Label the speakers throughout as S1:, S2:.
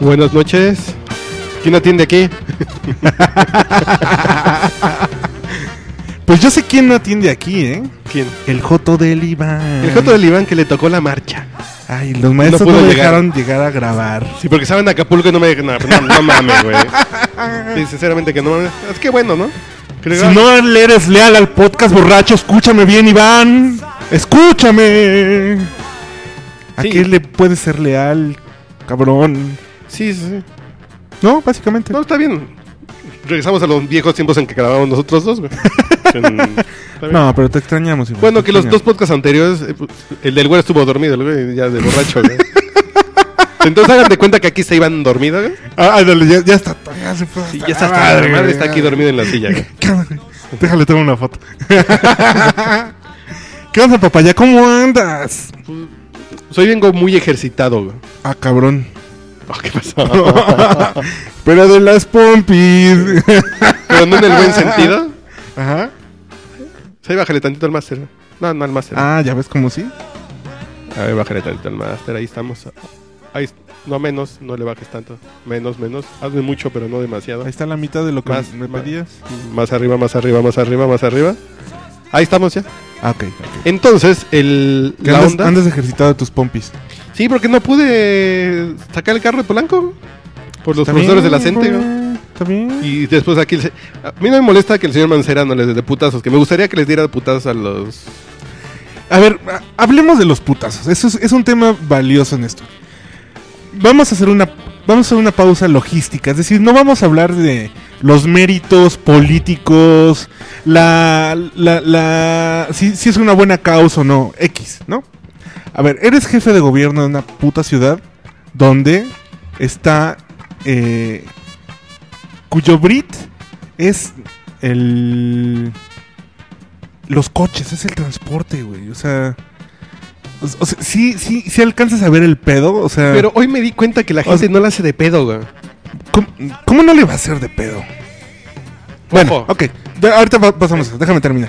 S1: Buenas noches. ¿Quién atiende aquí?
S2: Pues yo sé quién no atiende aquí, ¿eh?
S1: ¿Quién?
S2: El Joto del Iván.
S1: El Joto del Iván que le tocó la marcha.
S2: Ay, los maestros
S1: No
S2: no,
S1: pudo
S2: me
S1: llegar.
S2: dejaron llegar a grabar.
S1: Sí, porque saben Acapulco y no me. No, no, no mames, güey. Sí, sinceramente que no mames. Es que bueno, ¿no? Creo
S2: Si no le eres leal al podcast borracho, escúchame bien, Iván. Escúchame. ¿A
S1: Sí.
S2: qué le puedes ser leal, cabrón?
S1: Sí, sí, sí.
S2: No, básicamente.
S1: No, está bien. Regresamos a los viejos tiempos en que grabábamos nosotros dos, güey. En- está bien.
S2: No, pero te extrañamos, Iván.
S1: Bueno,
S2: te
S1: que los dos
S2: extrañamos.
S1: podcasts anteriores, eh, pues, el del güero estuvo dormido, el güey ya de borracho, güey. Entonces hagan de cuenta que aquí se iban dormido, güey.
S2: Ah, ándale, ya, ya está. Ya se fue.
S1: Sí, ya está hasta la madre, está aquí dormido en la silla, güey.
S2: ¿Qué onda, güey? Déjale tomar una foto. ¿Qué onda, papá? ¿Ya cómo andas?
S1: Soy vengo muy ejercitado, güey.
S2: Ah, cabrón.
S1: Ah, ¿Qué pasó?
S2: Pero de las pompis.
S1: Pero no en el buen sentido.
S2: Ajá.
S1: O sea, ahí bájale tantito al máster. güey. No, no al máster.
S2: Ah, ya ves cómo sí.
S1: A ver, bájale tantito al máster, ahí estamos. Ahí, es- no menos, no le bajes tanto. Menos, menos. Hazme mucho, pero no demasiado.
S2: Ahí está la mitad de lo que
S1: Más,
S2: me
S1: más.
S2: pedías.
S1: Más arriba, más arriba, más arriba, más arriba. Ahí estamos ya.
S2: Ah, ok. ok.
S1: Entonces, el,
S2: Que
S1: la
S2: andas,
S1: onda...
S2: andas ejercitado de tus pompis.
S1: Sí, porque no pude sacar el carro de Polanco por los
S2: Está
S1: profesores
S2: bien,
S1: de la CENTE.
S2: güey.
S1: ¿no?
S2: Está bien.
S1: Y después aquí... el se- A mí no me molesta que el señor Mancera no les dé putazos, que me gustaría que les diera putazos a los...
S2: A ver, ha- hablemos de los putazos. Eso es, es un tema valioso en esto. Vamos a hacer una vamos a hacer una pausa logística, es decir, no vamos a hablar de los méritos políticos, la la, la si, si es una buena causa o no, X, ¿no? A ver, eres jefe de gobierno de una puta ciudad donde está eh, cuyo Brit es el los coches, es el transporte, güey. O sea, o- o sea, sí, sí, sí alcanzas a ver el pedo, o sea,
S1: Pero hoy me di cuenta que la
S2: sea-
S1: gente no la hace de pedo, güey.
S2: ¿cómo, cómo no le va a hacer de pedo? Bueno,
S1: Ojo.
S2: ok, ya, ahorita va- pasamos, a eso, déjame terminar.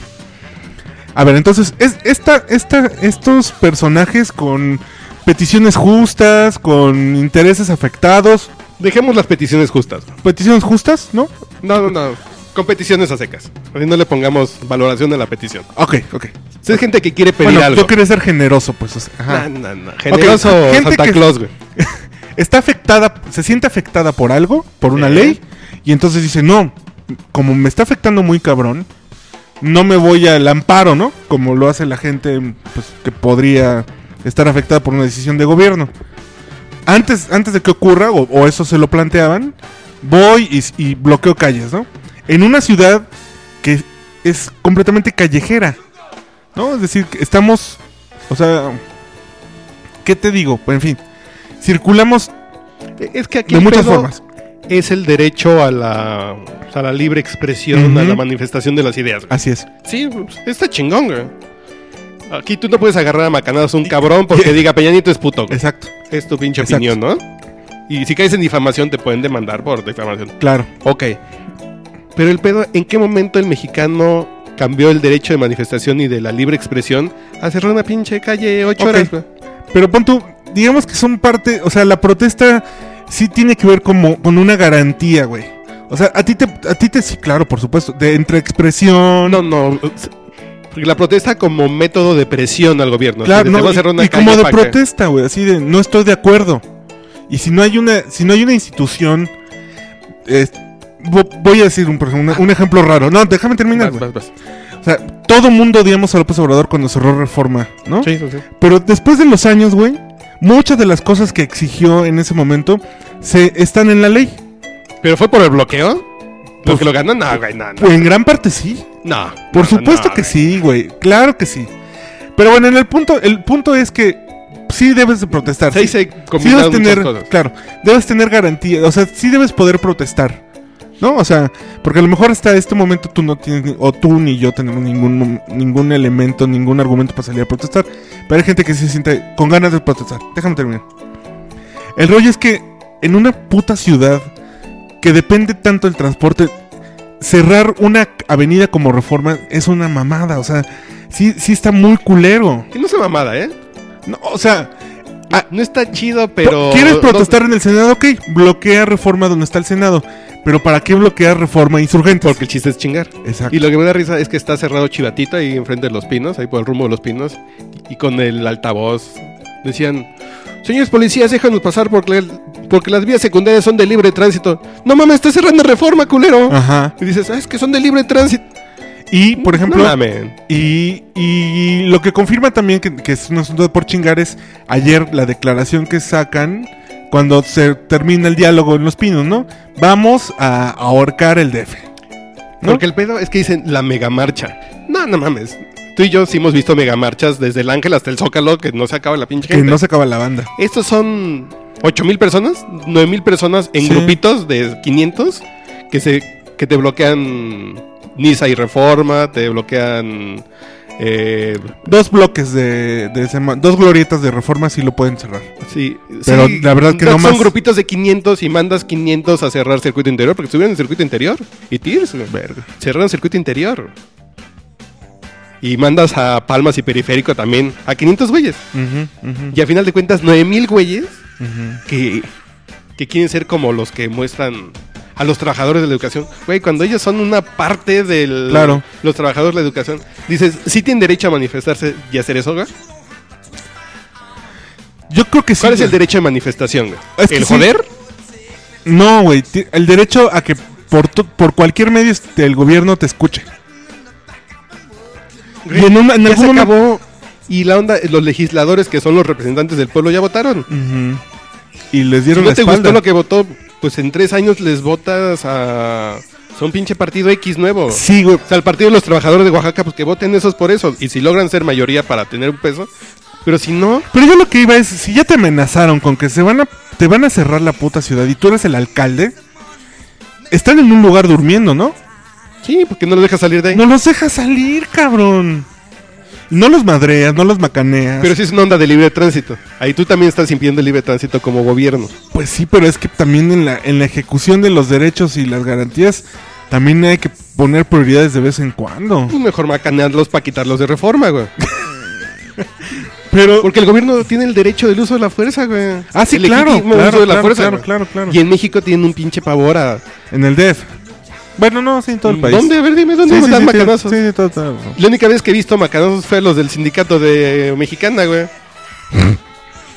S2: A ver, entonces, es, esta, esta, estos personajes con peticiones justas, con intereses afectados,
S1: Dejemos las peticiones justas.
S2: peticiones justas, ¿no?
S1: No, no, no. Competiciones a secas. Así no le pongamos valoración a la petición.
S2: Ok, ok.
S1: Si es gente que quiere pedir
S2: bueno,
S1: algo.
S2: yo quería ser generoso, pues, o sea, ajá.
S1: No, no, no. Generoso
S2: Ok, gente
S1: Santa
S2: que-
S1: Claus, güey.
S2: está afectada, se siente afectada por algo, por una
S1: Sí.
S2: ley, y entonces dice, no, como me está afectando muy cabrón, no me voy al amparo, ¿no? Como lo hace la gente pues, que podría estar afectada por una decisión de gobierno. Antes, antes de que ocurra, o, o eso se lo planteaban, voy y, s- y bloqueo calles, ¿no? En una ciudad que es completamente callejera, ¿no? Es decir, que estamos, o sea, ¿qué te digo? Pues, en fin, circulamos
S1: Es que aquí
S2: de
S1: el
S2: muchas
S1: pedo
S2: formas.
S1: es el derecho a la, a la libre expresión, a
S2: Ujú.
S1: la manifestación de las ideas. güey.
S2: Así es.
S1: Sí, pues, está chingón, güey. Aquí tú no puedes agarrar a macanadas a un cabrón porque diga Peñanito es puto. güey.
S2: Exacto.
S1: Es tu pinche
S2: Exacto.
S1: opinión, ¿no? Y si caes en difamación te pueden demandar por difamación.
S2: Claro.
S1: Ok. Pero el pedo, ¿en qué momento el mexicano cambió el derecho de manifestación y de la libre expresión a cerrar una pinche calle ocho
S2: Ok.
S1: horas? güey?
S2: Pero pon tú, digamos que son parte, o sea, la protesta sí tiene que ver como con una garantía, güey. O sea, a ti te, a ti te, sí, claro, por supuesto, de entre expresión.
S1: No, no. s- La protesta como método de presión al gobierno.
S2: claro,
S1: Te
S2: no,
S1: voy a
S2: y-
S1: cerrar una
S2: y,
S1: calle
S2: como de
S1: para que-
S2: protesta, güey, así de no estoy de acuerdo. Y si no hay una, si no hay una institución, eh, vo- voy a decir un, por ejemplo, un- un ejemplo raro. No, déjame terminar,
S1: Vas,
S2: güey.
S1: vas, vas.
S2: O sea, todo mundo odiamos a López Obrador cuando cerró Reforma, ¿no?
S1: Sí, sí, sí.
S2: Pero después de los años, güey, muchas de las cosas que exigió en ese momento se están en la ley.
S1: ¿Pero fue por el bloqueo? ¿Lo
S2: Pues-
S1: que lo ganó? No, güey, no, no.
S2: Pues en gran parte sí.
S1: No,
S2: Por
S1: no,
S2: supuesto
S1: no,
S2: que
S1: güey.
S2: sí, güey. Claro que sí. Pero bueno, en el punto, el punto es que sí debes de protestar.
S1: Sí,
S2: Sí,
S1: se
S2: sí debes
S1: combinaron muchas
S2: tener,
S1: cosas.
S2: claro, debes tener garantía. O sea, sí debes poder protestar. ¿No? O sea, porque a lo mejor hasta este momento tú no tienes, ni- o tú ni yo tenemos ningún, mom- ningún elemento, ningún argumento para salir a protestar. Pero hay gente que se siente con ganas de protestar. Déjame terminar. El rollo es que en una puta ciudad que depende tanto del transporte, cerrar una avenida como reforma es una mamada. O sea, sí, sí está muy culero.
S1: Y no se mamada, ¿eh?
S2: No, o sea, Ah.
S1: no está chido, pero.
S2: ¿Quieres
S1: no-
S2: protestar en el Senado? Ok, bloquea reforma donde está el Senado. Pero ¿para qué bloquear reforma insurgente?
S1: Porque el chiste es chingar.
S2: Exacto.
S1: Y lo que me da risa es que está cerrado Chivatito ahí enfrente de los pinos, ahí por el rumbo de los pinos, y con el altavoz decían, señores policías, déjanos pasar porque, porque las vías secundarias son de libre tránsito. No mames, está cerrando reforma, culero.
S2: Ajá.
S1: Y dices, "Ah, es que son de libre tránsito.
S2: Y, por ejemplo,
S1: No mames.
S2: Y, y lo que confirma también que, que es un asunto de por chingar es ayer la declaración que sacan cuando se termina el diálogo en Los Pinos, ¿no? Vamos a ahorcar el DF. ¿no?
S1: Porque el pedo es que dicen la megamarcha. No, no mames. Tú y yo sí hemos visto megamarchas desde el Ángel hasta el Zócalo, que no se acaba la pinche
S2: que
S1: gente.
S2: no se acaba la banda.
S1: Estos son 8 mil personas, 9 mil personas en
S2: Sí.
S1: grupitos de 500 que, se, que te bloquean Niza y Reforma, te bloquean... eh,
S2: Dos bloques de, de sema- dos glorietas de reforma sí lo pueden cerrar.
S1: sí,
S2: Pero
S1: sí,
S2: la verdad que no
S1: son
S2: más.
S1: grupitos de 500 y mandas 500 a cerrar circuito interior porque estuvieron en circuito interior. Y Tears, güey, cerraron circuito interior. Y mandas a Palmas y Periférico también a 500 güeyes.
S2: Ujú, ujú,
S1: Y a final de cuentas, 9 mil güeyes
S2: ujú.
S1: que, que quieren ser como los que muestran a los trabajadores de la educación. Güey, cuando ellos son una parte de
S2: Claro.
S1: los trabajadores de la educación, dices, ¿sí tienen derecho a manifestarse y hacer eso, güey?
S2: Yo creo que sí.
S1: ¿Cuál es
S2: güey.
S1: el derecho de manifestación, güey?
S2: Es que
S1: ¿El
S2: sí.
S1: joder?
S2: No, güey. ti- El derecho a que por, tu- por cualquier medio este, el gobierno te escuche. Y en, una- en
S1: Ya
S2: algún
S1: se
S2: momento-
S1: acabó. Y la onda, los legisladores que son los representantes del pueblo ya votaron.
S2: Ujú. Y les
S1: Si
S2: dieron
S1: no
S2: la
S1: te
S2: espalda.
S1: gustó lo que votó, pues en tres años les votas a... a un pinche partido X nuevo.
S2: Sí, güey.
S1: O sea, el Partido de los Trabajadores de Oaxaca, pues que voten esos por eso. Y si logran ser mayoría para tener un peso. Pero si no,
S2: Pero yo lo que iba es, si ya te amenazaron con que se van a, te van a cerrar la puta ciudad y tú eres el alcalde, están en un lugar durmiendo, ¿no?
S1: sí, porque no lo dejas salir de ahí.
S2: No los dejas salir, cabrón. No los madreas, no los macaneas.
S1: Pero sí es una onda de libre tránsito. Ahí tú también estás impidiendo el libre tránsito como gobierno.
S2: Pues sí, pero es que también en la, en la ejecución de los derechos y las garantías, también hay que poner prioridades de vez en cuando.
S1: Pues mejor macanearlos para quitarlos de reforma, güey.
S2: Pero...
S1: Porque el gobierno tiene el derecho del uso de la fuerza, güey.
S2: Ah, sí,
S1: El
S2: claro,
S1: legítimo
S2: claro,
S1: uso de la
S2: claro,
S1: fuerza,
S2: claro,
S1: güey.
S2: claro, claro.
S1: Y en México tienen un pinche pavor a... Mm,
S2: En el DF. Bueno, no, sí, en todo el país.
S1: ¿Dónde? A ver, dime, ¿dónde
S2: Sí, sí,
S1: están
S2: sí, tiene-
S1: macanazos?
S2: sí, sí, todo- todo.
S1: La única vez que he visto macanazos fue los del sindicato de Mexicana, güey.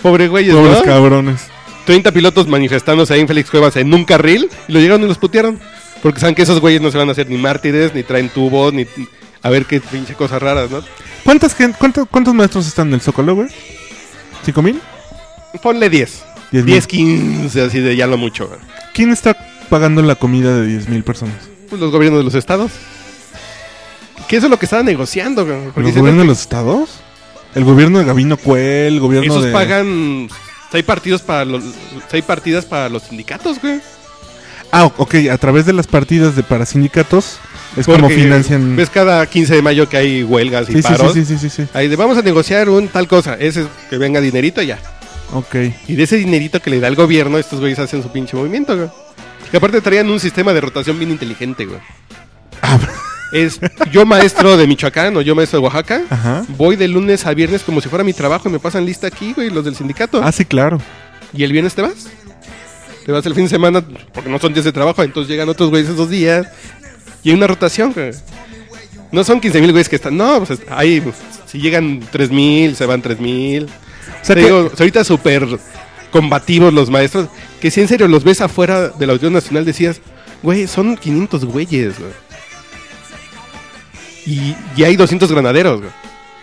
S1: Pobre güey,
S2: Pobres cabrones.
S1: 30 pilotos manifestándose ahí en Félix Cuevas en un carril y lo llegaron y los putearon. Porque saben que esos güeyes no se van a hacer ni mártires, ni traen tubos, ni a ver qué pinche cosas raras, ¿no?
S2: ¿Cuántas gen- cuánto- ¿Cuántos maestros están en el Zócalo, güey? ¿Cinco mil?
S1: Ponle 10.
S2: Diez
S1: 10, 15, así de ya lo mucho. güey.
S2: ¿Quién está pagando la comida de diez mil personas?
S1: Pues los gobiernos de los estados. Que eso es lo que estaba negociando, güey. Porque
S2: ¿El
S1: dicen,
S2: gobierno de los estados? ¿El gobierno de Gabino Cuel? ¿El gobierno
S1: esos
S2: de...?
S1: pagan seis partidos para los seis partidas para los sindicatos, güey.
S2: Ah, ok, a través de las partidas de para sindicatos es como
S1: Porque
S2: financian...
S1: Ves cada 15 de mayo que hay huelgas y
S2: Sí, sí,
S1: paros.
S2: sí, sí, sí, sí, sí.
S1: Ahí de, vamos a negociar un tal cosa. Ese que venga dinerito y ya.
S2: Ok.
S1: Y de ese dinerito que le da el gobierno, estos güeyes hacen su pinche movimiento, güey. Que aparte traían un sistema de rotación bien inteligente, güey.
S2: Ah,
S1: Es yo maestro de Michoacán o yo maestro de Oaxaca.
S2: Ajá.
S1: Voy de lunes a viernes como si fuera mi trabajo y me pasan lista aquí, güey, los del sindicato.
S2: Ah, sí, claro.
S1: Y el viernes te vas. Te vas el fin de semana porque no son días de trabajo, entonces llegan otros güeyes esos días. Y hay una rotación, güey. No son 15 mil güeyes que están. No, pues ahí, si llegan 3 mil, se van 3 mil.
S2: O sea,
S1: Te
S2: que-
S1: digo, pues, ahorita súper combativos los maestros, que si en serio los ves afuera de la Audición Nacional, decías, güey, son 500 güeyes, güey. Y, y hay 200 granaderos, güey.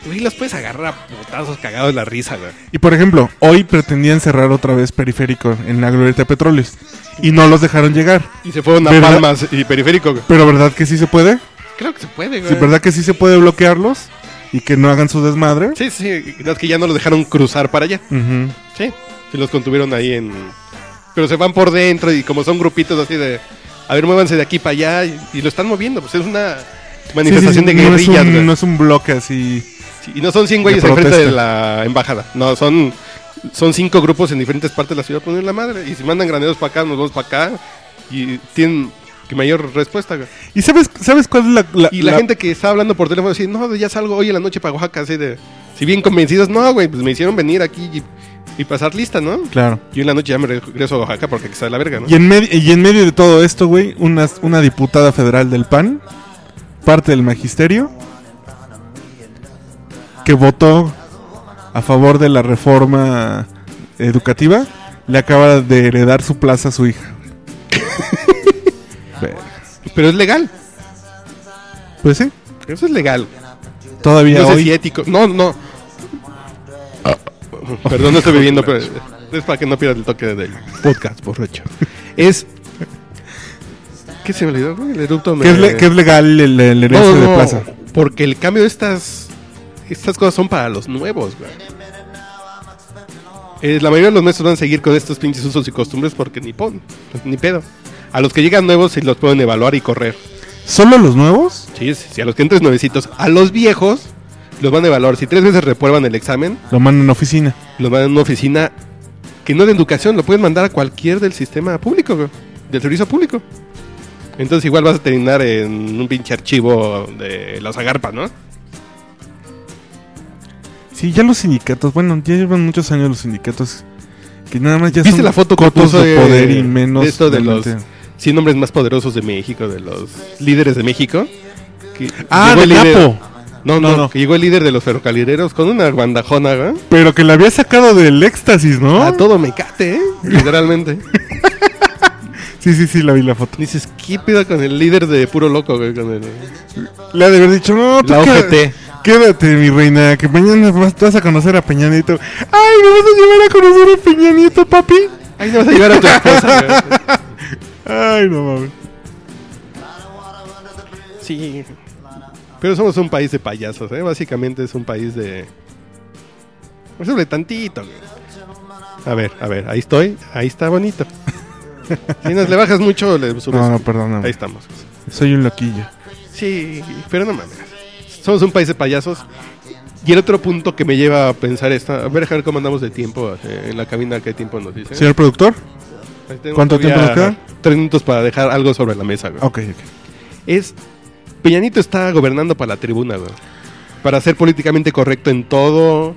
S1: Güey, los puedes agarrar a putazos cagados de la risa, güey.
S2: Y por ejemplo, hoy pretendían cerrar otra vez periférico en la glorieta de petróleos y no los dejaron llegar.
S1: Y se fueron a
S2: ¿Verdad?
S1: palmas y periférico, güey.
S2: Pero ¿verdad que sí se puede?
S1: Creo que se puede, güey.
S2: Sí, ¿Verdad que sí se puede bloquearlos y que no hagan su desmadre?
S1: Sí, sí, no, es que ya no los dejaron cruzar para allá.
S2: Ujú.
S1: Sí, sí los contuvieron ahí en... Pero se van por dentro y como son grupitos así de... A ver, muévanse de aquí para allá y, y lo están moviendo. Pues es una manifestación
S2: Sí, sí,
S1: de
S2: sí, no es
S1: guerrillas.
S2: un-
S1: güey.
S2: No es un bloque así.
S1: Sí, y no son 100 güeyes
S2: de
S1: enfrente de
S2: protesta.
S1: la embajada. No, son, son cinco grupos en diferentes partes de la ciudad poner la madre. Y si mandan graneros para acá, nos vamos para acá. Y tienen que mayor respuesta. güey.
S2: ¿Y sabes, sabes cuál es la, la-
S1: Y la,
S2: la-
S1: gente que está hablando por teléfono dice, no, ya salgo hoy en la noche para Oaxaca, así de... Si bien convencidos, no, güey, pues me hicieron venir aquí y Y pasar lista, ¿no?
S2: Claro.
S1: Y una noche ya me regreso a Oaxaca porque aquí está la verga, ¿no?
S2: Y en, medio, y en medio de todo esto, güey, una, una diputada federal del PAN, parte del magisterio, que votó a favor de la reforma educativa, le acaba de heredar su plaza a su hija. Ver-
S1: Pero es legal.
S2: pues sí,
S1: Eso es legal.
S2: todavía
S1: no sé
S2: hoy.
S1: si ético. No, no. Perdón, no estoy bebiendo, pero es para que no pierdas el toque del podcast, borracho. Es. ¿Qué se me olvidó? güey? El eructo me-
S2: que, es le- que es legal el, el
S1: No,
S2: herencia
S1: no,
S2: de plaza.
S1: Porque el cambio de estas. Estas cosas son para los nuevos, güey. Eh, la mayoría de los nuestros van a seguir con estos pinches usos y costumbres porque ni pon, pues, ni pedo. A los que llegan nuevos sí los pueden evaluar y correr.
S2: ¿Solo los nuevos?
S1: Sí, sí, sí, a los que entres nuevecitos, a los viejos los van a evaluar. Si tres veces reprueban el examen,
S2: Lo mandan a oficina.
S1: los mandan a una oficina que no es de educación, lo pueden mandar a cualquier del sistema público, güey, del servicio público. Entonces igual vas a terminar en un pinche archivo de los agarpas, ¿no?
S2: Sí, ya los sindicatos, bueno, ya llevan muchos años los sindicatos. Que nada más ya
S1: ¿Viste
S2: son
S1: la foto que
S2: cotos
S1: puso
S2: de
S1: de-
S2: poder y menos
S1: de esto de los-
S2: realmente.
S1: 100 hombres más poderosos de México, de los líderes de México. que
S2: Ah,
S1: llegó
S2: de
S1: el líder-
S2: Capo.
S1: No, no, no,
S2: No, no.
S1: que llegó el líder de los ferrocarrileros con una bandajona, güey.
S2: Pero que la había sacado del éxtasis, ¿no?
S1: A todo mecate, ¿eh? Literalmente.
S2: Sí, sí, sí, la vi la foto.
S1: Dices, ¿qué pedo con el líder de puro loco, güey? Con el...
S2: Le ha de haber dicho, no, tú
S1: La
S2: queda-
S1: OGT.
S2: Quédate, mi reina, que mañana vas, te vas a conocer a Peñanito. Ay, me vas a llevar a conocer a Peñanito, papi.
S1: Ahí no vas a llevar a tu esposa, güey.
S2: Ay, no mames.
S1: Sí. Pero somos un país de payasos, ¿eh? Básicamente es un país de... Sobre tantito, güey. A ver, a ver, ahí estoy. Ahí está bonito. Si nos le bajas mucho, le subes.
S2: No, no,
S1: Ahí
S2: perdóname.
S1: estamos.
S2: Soy un loquillo.
S1: Sí, pero no mames. Somos un país de payasos. Y el otro punto que me lleva a pensar esta... A ver, a ver cómo andamos de tiempo eh, en la cabina. ¿Qué tiempo nos dice?
S2: Señor productor.
S1: Ahí tenemos
S2: ¿Cuánto tiempo nos
S1: todavía
S2: queda?
S1: Tres minutos para dejar algo sobre la mesa, güey.
S2: Ok, ok.
S1: es Peñanito está gobernando para la tribuna, güey. Para ser políticamente correcto en todo.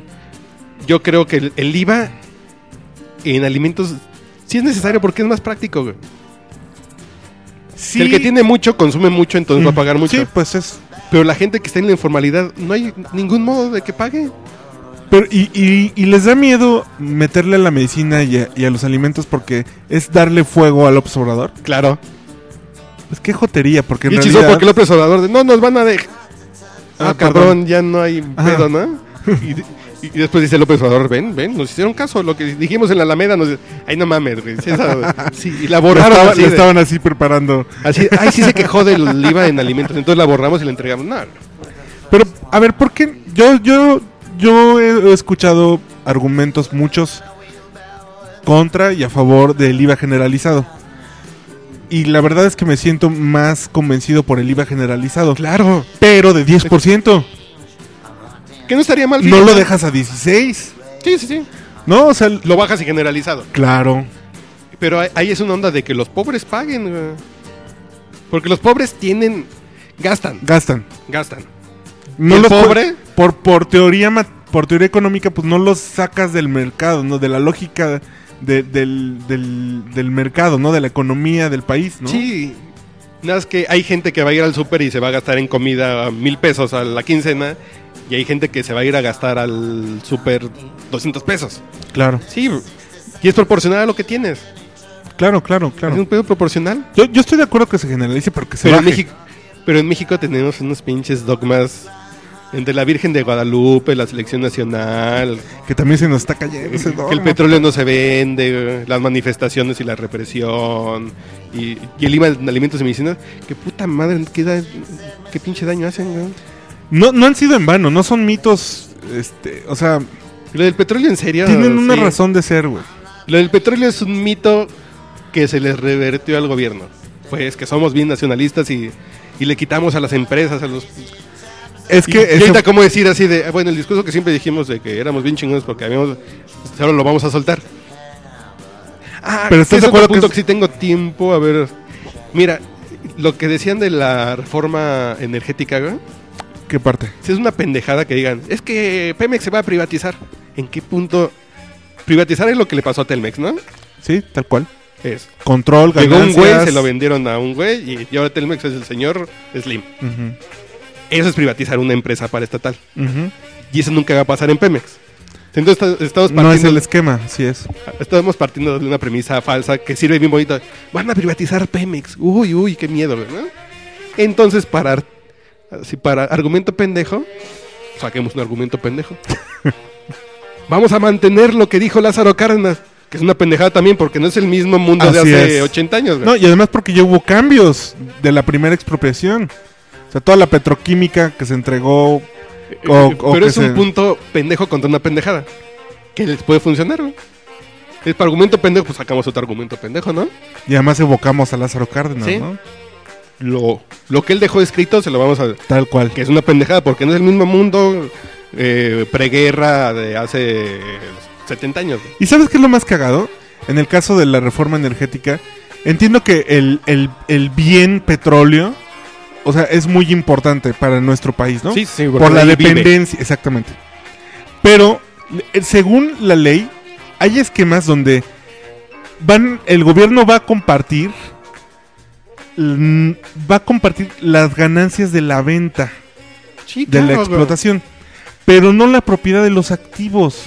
S1: Yo creo que el, el IVA en alimentos sí es necesario porque es más práctico, güey.
S2: Sí.
S1: El que tiene mucho consume mucho, entonces va a pagar mucho.
S2: Sí, pues es
S1: Pero la gente que está en la informalidad no hay ningún modo de que pague.
S2: Pero, y, y- y les da miedo meterle a la medicina y a, y a los alimentos porque es darle fuego al observador.
S1: Claro.
S2: Pues qué jotería, porque en
S1: Y chisó
S2: realidad...
S1: porque López Obrador de, no nos van a dejar.
S2: Ah,
S1: Ah,
S2: perdón.
S1: cabrón, ya no hay
S2: Ajá.
S1: pedo, ¿no? Y, de- y- y después dice López Obrador, ven, ven, nos hicieron caso, lo que dijimos en la Alameda, nos ay no mames, güey. sí, esa- sí, y la
S2: Lo
S1: borraron
S2: estaba-
S1: así,
S2: lo
S1: de-
S2: estaban así preparando.
S1: así, ay sí se quejó del IVA en alimentos, entonces la borramos y la entregamos. No,
S2: Pero, a ver, ¿por qué? Yo, yo, yo he escuchado argumentos muchos contra y a favor del IVA generalizado. Y la verdad es que me siento más convencido por el IVA generalizado. Claro. Pero de 10%.
S1: que no estaría mal.
S2: No
S1: fíjate.
S2: lo dejas a 16.
S1: Sí, sí, sí.
S2: No, o sea, el-
S1: Lo bajas y generalizado.
S2: claro.
S1: Pero ahí- ahí es una onda de que los pobres paguen, güey. Porque los pobres tienen, gastan,
S2: Gastan.
S1: gastan.
S2: No
S1: ¿Y el
S2: los pu-
S1: pobre?
S2: Por, por, teoría, ma- por teoría económica, pues no los sacas del mercado, ¿no? De la lógica de- del, del- del mercado, ¿no? De la economía del país, ¿no?
S1: Sí. Nada más que hay gente que va a ir al súper y se va a gastar en comida mil pesos a la quincena. Y hay gente que se va a ir a gastar al súper 200 pesos.
S2: Claro,
S1: Sí. Y es proporcional a lo que tienes.
S2: claro, claro,
S1: Es
S2: claro.
S1: un pedo proporcional.
S2: Yo, yo estoy de acuerdo que se generalice, pero que se
S1: Pero en,
S2: baje.
S1: México, pero en México tenemos unos pinches dogmas entre la Virgen de Guadalupe, la selección nacional,
S2: Que también se nos está cayendo. ese
S1: que el
S2: dólar.
S1: petróleo no se vende, las manifestaciones y la represión, y, y el IVA en alimentos y medicinas. Que puta madre, qué, da- qué pinche daño hacen, güey?
S2: No, no han sido en vano, no son mitos, este, o sea,
S1: Lo del petróleo, en serio.
S2: tienen una
S1: sí.
S2: razón de ser, güey.
S1: Lo del petróleo es un mito que se les revertió al gobierno. Pues que somos bien nacionalistas y, y le quitamos a las empresas, a los.
S2: Es
S1: y-
S2: que
S1: y,
S2: eso-
S1: ahorita, ¿cómo decir así de. Bueno, el discurso que siempre dijimos de que éramos bien chingones porque habíamos. pues, Ahora lo vamos a soltar. Ah,
S2: Pero
S1: pero
S2: ¿estás
S1: es
S2: de acuerdo
S1: otro
S2: que
S1: punto
S2: es-
S1: que, sí tengo tiempo. A ver. Mira, lo que decían de la reforma energética, güey.
S2: ¿Qué parte?
S1: Si es una pendejada que digan, es que Pemex se va a privatizar. ¿En qué punto privatizar es lo que le pasó a Telmex, ¿no?
S2: Sí, tal cual.
S1: Es.
S2: Control,
S1: Llegó un
S2: ganancias.
S1: güey, se lo vendieron a un güey y, y ahora Telmex es el señor Slim.
S2: Ujú,
S1: Eso es privatizar una empresa paraestatal.
S2: ujú.
S1: Y eso nunca va a pasar en Pemex. Entonces está- estamos partiendo,
S2: No es el esquema, sí es.
S1: estamos partiendo de una premisa falsa que sirve bien bonito. Van a privatizar Pemex. Uy, uy, qué miedo, ¿no? Entonces, para, ar- así, para argumento pendejo, saquemos un argumento pendejo. Vamos a mantener lo que dijo Lázaro Cárdenas, que es una pendejada también porque no es el mismo mundo
S2: Así
S1: de hace
S2: es.
S1: 80 años. güey.
S2: No, y además porque ya hubo cambios de la primera expropiación. O sea, toda la petroquímica que se entregó. o-
S1: Eh,
S2: o
S1: pero
S2: que
S1: es un
S2: se-
S1: punto pendejo contra una pendejada. Que les puede funcionar, güey. Es para argumento pendejo, pues sacamos otro argumento pendejo, ¿no?
S2: Y además evocamos a Lázaro Cárdenas,
S1: Sí.
S2: ¿no?
S1: Lo, lo que él dejó escrito se lo vamos a...
S2: Tal cual.
S1: Que es una pendejada, porque no es el mismo mundo eh, preguerra de hace 70 años. güey.
S2: ¿Y sabes qué es lo más cagado? En el caso de la reforma energética, entiendo que el, el- el bien petróleo, o sea, es muy importante para nuestro país, ¿no?
S1: Sí, sí,
S2: Por la
S1: ahí vive.
S2: dependencia, exactamente. Pero, eh, según la ley, hay esquemas donde van, el gobierno va a compartir, mm, va a compartir las ganancias de la venta,
S1: Sí,
S2: de la
S1: claro, güey.
S2: explotación, pero no la propiedad de los activos.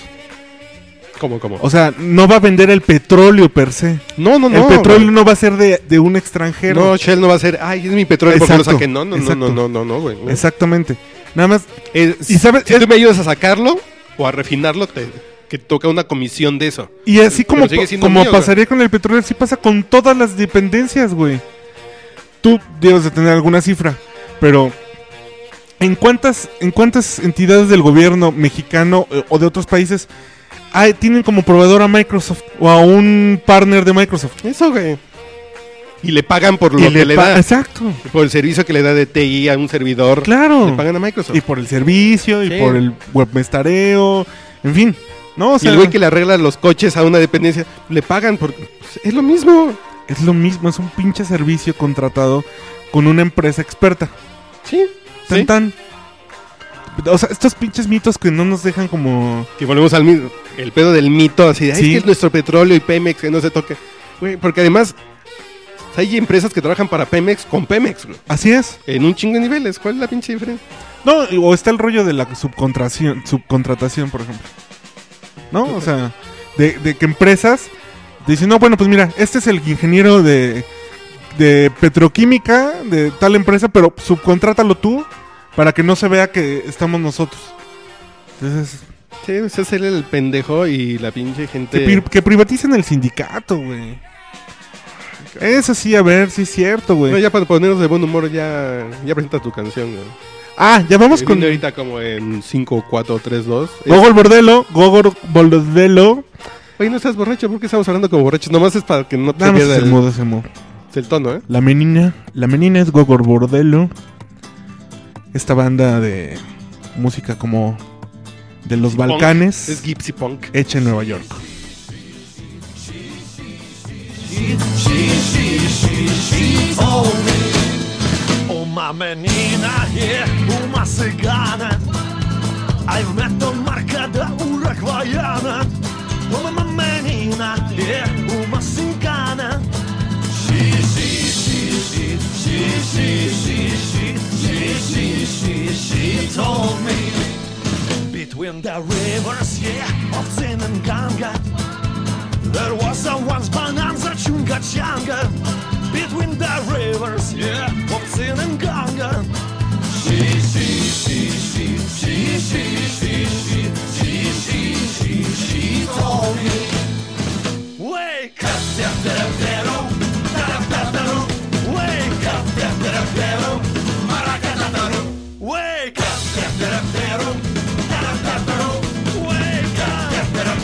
S1: ¿Cómo, cómo?
S2: O sea, no va a vender el petróleo per se.
S1: no, no, no.
S2: el petróleo
S1: güey.
S2: no va a ser de, de un extranjero.
S1: No, Shell no va a ser, ay, es mi petróleo porque lo
S2: Exacto,
S1: saqué. No, no, no,
S2: exacto.
S1: no, no, no, no, güey.
S2: Exactamente. Nada más.
S1: Es-
S2: ¿Y sabes?
S1: Si tú me ayudas a sacarlo o a refinarlo, te, que toca una comisión de eso.
S2: Y así
S1: Pero
S2: como,
S1: sigue
S2: pa-
S1: siendo
S2: como
S1: mío, güey.
S2: pasaría con el petróleo, así pasa con todas las dependencias, güey. Tú debes de tener alguna cifra, pero ¿en cuántas, en cuántas entidades del gobierno mexicano eh, o de otros países hay- tienen como proveedor a Microsoft o a un partner de Microsoft?
S1: Eso, güey. Y le pagan por lo
S2: Y
S1: que
S2: le
S1: le
S2: pa-
S1: da,
S2: Exacto,
S1: por el servicio que le da de TI a un servidor.
S2: claro.
S1: Le pagan a Microsoft.
S2: Y por el servicio, y
S1: Sí.
S2: por el webmestareo, en fin. No, o
S1: y
S2: sea,
S1: el güey que le arregla los coches a una dependencia, le pagan por... pues, es lo mismo.
S2: es lo mismo, es un pinche servicio contratado con una empresa experta.
S1: Sí.
S2: Tan,
S1: sí.
S2: tan. O sea, estos pinches mitos que no nos dejan como...
S1: Y volvemos al mito. El pedo del mito, así de, "Ay,
S2: Sí.
S1: es que es nuestro petróleo y Pemex, que no se toque. Güey, porque además hay empresas que trabajan para Pemex con Pemex, güey,
S2: Así es.
S1: en un chingo de niveles. ¿Cuál es la pinche diferencia?
S2: No, y- o está el rollo de la subcontración, subcontratación, por ejemplo. ¿No? O sea, de, de que empresas dicen, no, bueno, pues mira, este es el ingeniero de, de petroquímica de tal empresa, pero subcontrátalo tú para que no se vea que estamos nosotros. Entonces,
S1: Sí, ese es él el pendejo y la pinche gente.
S2: que, pri- que privaticen el sindicato, güey. Eso sí, a ver, sí es cierto, güey.
S1: No, ya para ponernos de buen humor, ya, ya presenta tu canción. güey.
S2: Ah, ya vamos
S1: Que
S2: con...
S1: viene ahorita como en 5, 4, 3, 2.
S2: Gogol Bordelo, Gogol Bordelo.
S1: Oye, no estás borracho, ¿por qué estamos hablando como borrachos? Nomás es para que no te
S2: Nada más
S1: pierdas
S2: es el
S1: el,
S2: modo, es el modo.
S1: el tono, ¿eh?
S2: La menina, la menina es Gogor Bordello. Esta banda de música como de los
S1: Punk.
S2: Balcanes,
S1: Es Gypsy Punk.
S2: hecha en Nueva York.
S3: Uma menina e uma cigana Ai uma marca da Uruguaiana Uma menina e uma cigana Xi, xi, xi, xi, xi, xi, xi, xi, xi, xi, xi, she told me Between the rivers, yeah, of Zinanganga There was a once bonanza chunga changa between the rivers, yeah, of Sin and Ganga. She, she, she, she, she, she, she, she, she, she, she, she told me. Wake up, da da da da da da Wake up, da da da da maracatataru. Wake up, da da da da da da Wake up, da da da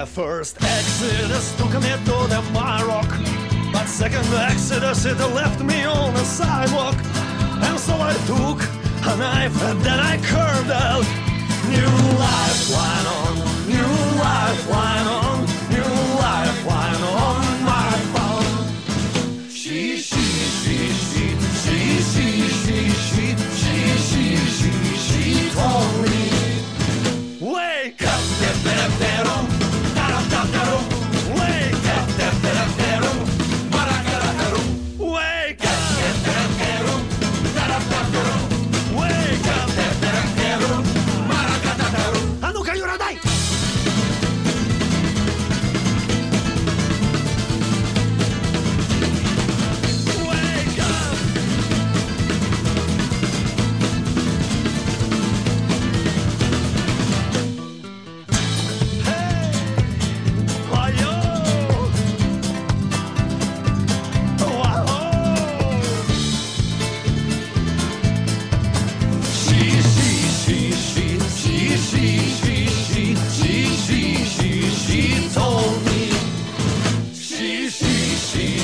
S3: the first exodus took me to the Maroc, but second exodus it left me on the sidewalk. And so I took a knife and then I curved out. New lifeline on, new lifeline on, new lifeline on my phone. She, she, she, she, she, she, she, she, she, she, she, she told me. Wake up, get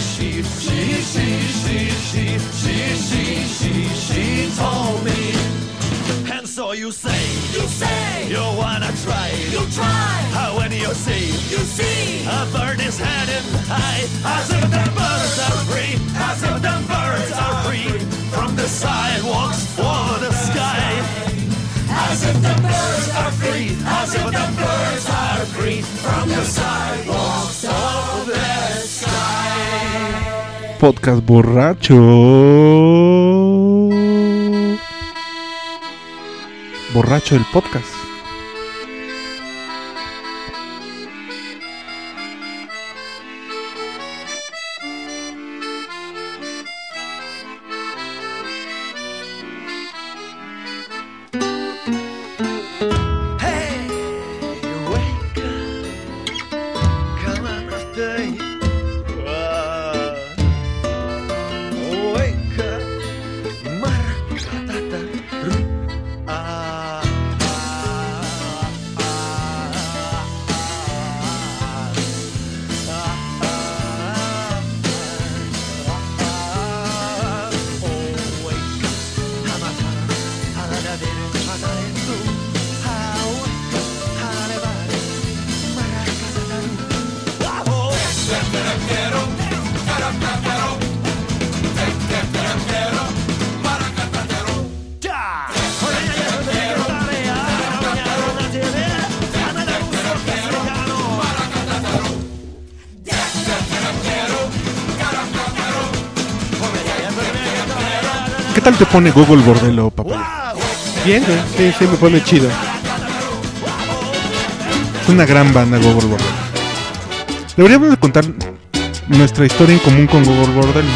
S3: she, she, she, she, she, she, she told me. And so you say,
S4: You say,
S3: you wanna try.
S4: you try,
S3: How when you see
S4: you see,
S3: a bird is heading high, as if the birds are free, as if the birds are free from the sidewalks for the sky.
S4: as if the birds are
S3: Free, as if the birds are free from the sidewalks of the sky.
S2: Podcast borracho. Borracho el podcast.
S3: Hey, you wake up. Come on, stay. Wake up. Maratata. Ah, ah, ah, ah, ah, oh, wake up.
S2: ¿Qué tal te pone Google Bordelo, papá?
S1: Bien, güey. Sí, sí, me pone chido.
S2: Es una gran banda Google Bordelo. Deberíamos de contar nuestra historia en común con Google Bordelo.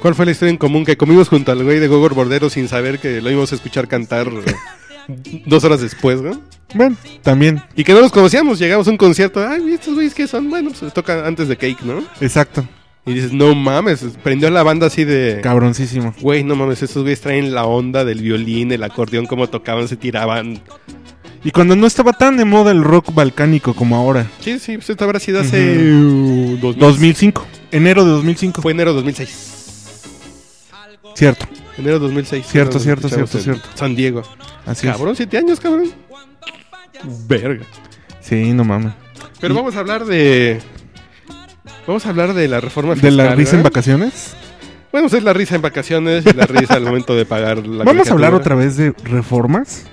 S1: ¿Cuál fue la historia en común que comimos junto al güey de Gogor Bordero sin saber que lo íbamos a escuchar cantar eh, dos horas después, ¿no?
S2: Bueno, también,
S1: Y que no los conocíamos, llegamos a un concierto, ay, ¿y estos güeyes qué son? Bueno, pues les toca antes de Cake, ¿no?
S2: exacto.
S1: Y dices, no mames, prendió la banda así de...
S2: Cabroncísimo.
S1: Güey, no mames, estos güeyes traen la onda del violín, el acordeón, cómo tocaban, se tiraban.
S2: Y cuando no estaba tan de moda el rock balcánico como ahora.
S1: Sí, sí, pues esto habrá sido hace... uh, 2000.
S2: 2005. Enero de 2005.
S1: Fue enero 2006.
S2: Cierto.
S1: Enero 2006.
S2: Cierto,
S1: Nos
S2: cierto,
S1: escuchamos
S2: cierto,
S1: en
S2: cierto.
S1: San Diego.
S2: Así
S1: Cabrón, siete años, cabrón. Verga.
S2: es. Sí, no mames.
S1: Pero vamos a hablar de... Vamos a hablar de la reforma
S2: ¿De
S1: fiscal.
S2: la risa en
S1: ¿no?
S2: vacaciones?
S1: Bueno, pues es la risa en vacaciones y la risa al momento de pagar la
S2: Vamos a hablar
S1: colegiatura.
S2: otra vez de reformas.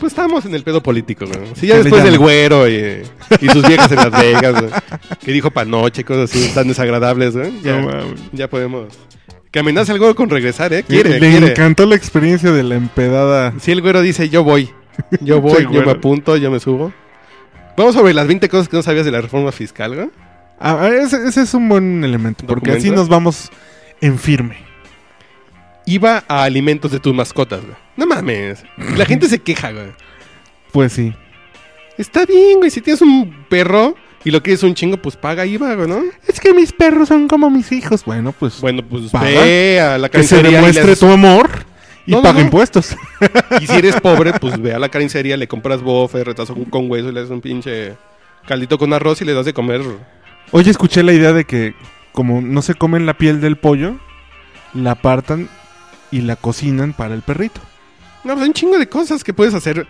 S1: Pues estábamos en el pedo político, güey. Sí, ya
S2: ¿Qué le
S1: después
S2: llaman?
S1: del güero y, y sus viejas en Las Vegas, güey, que dijo panoche, y cosas así tan desagradables, güey. Ya, ya podemos. Que amenaza el güero con regresar, ¿eh? Quiere,
S2: Le
S1: quiere.
S2: encantó la experiencia de la empedada.
S1: Si el güero dice, yo voy, yo voy,
S2: Sí,
S1: yo
S2: güero.
S1: me apunto, yo me subo. Vamos sobre las 20 cosas que no sabías de la reforma fiscal, güey.
S2: Ah, ah, ese, ese es un buen elemento, porque así
S1: ¿Documento?
S2: nos vamos en firme.
S1: Iba a alimentos de tus mascotas, güey. No mames. La gente se queja, güey.
S2: Pues sí.
S1: Está bien, güey. Si tienes un perro y lo quieres un chingo, pues paga IVA, güey, ¿no?
S2: Es que mis perros son como mis hijos. Bueno, pues
S1: Bueno, pues
S2: Paga.
S1: ve a la
S2: que se
S1: carnicería y, le
S2: demuestre
S1: haces-
S2: tu amor y
S1: No, no,
S2: paga
S1: no.
S2: impuestos.
S1: y si eres pobre, pues ve a la carnicería, le compras bofe, retazo con- con hueso y le haces un pinche caldito con arroz y le das de comer.
S2: Oye, escuché la idea de que como no se comen la piel del pollo, la apartan y la cocinan para el perrito.
S1: No, pues hay un chingo de cosas que puedes hacer.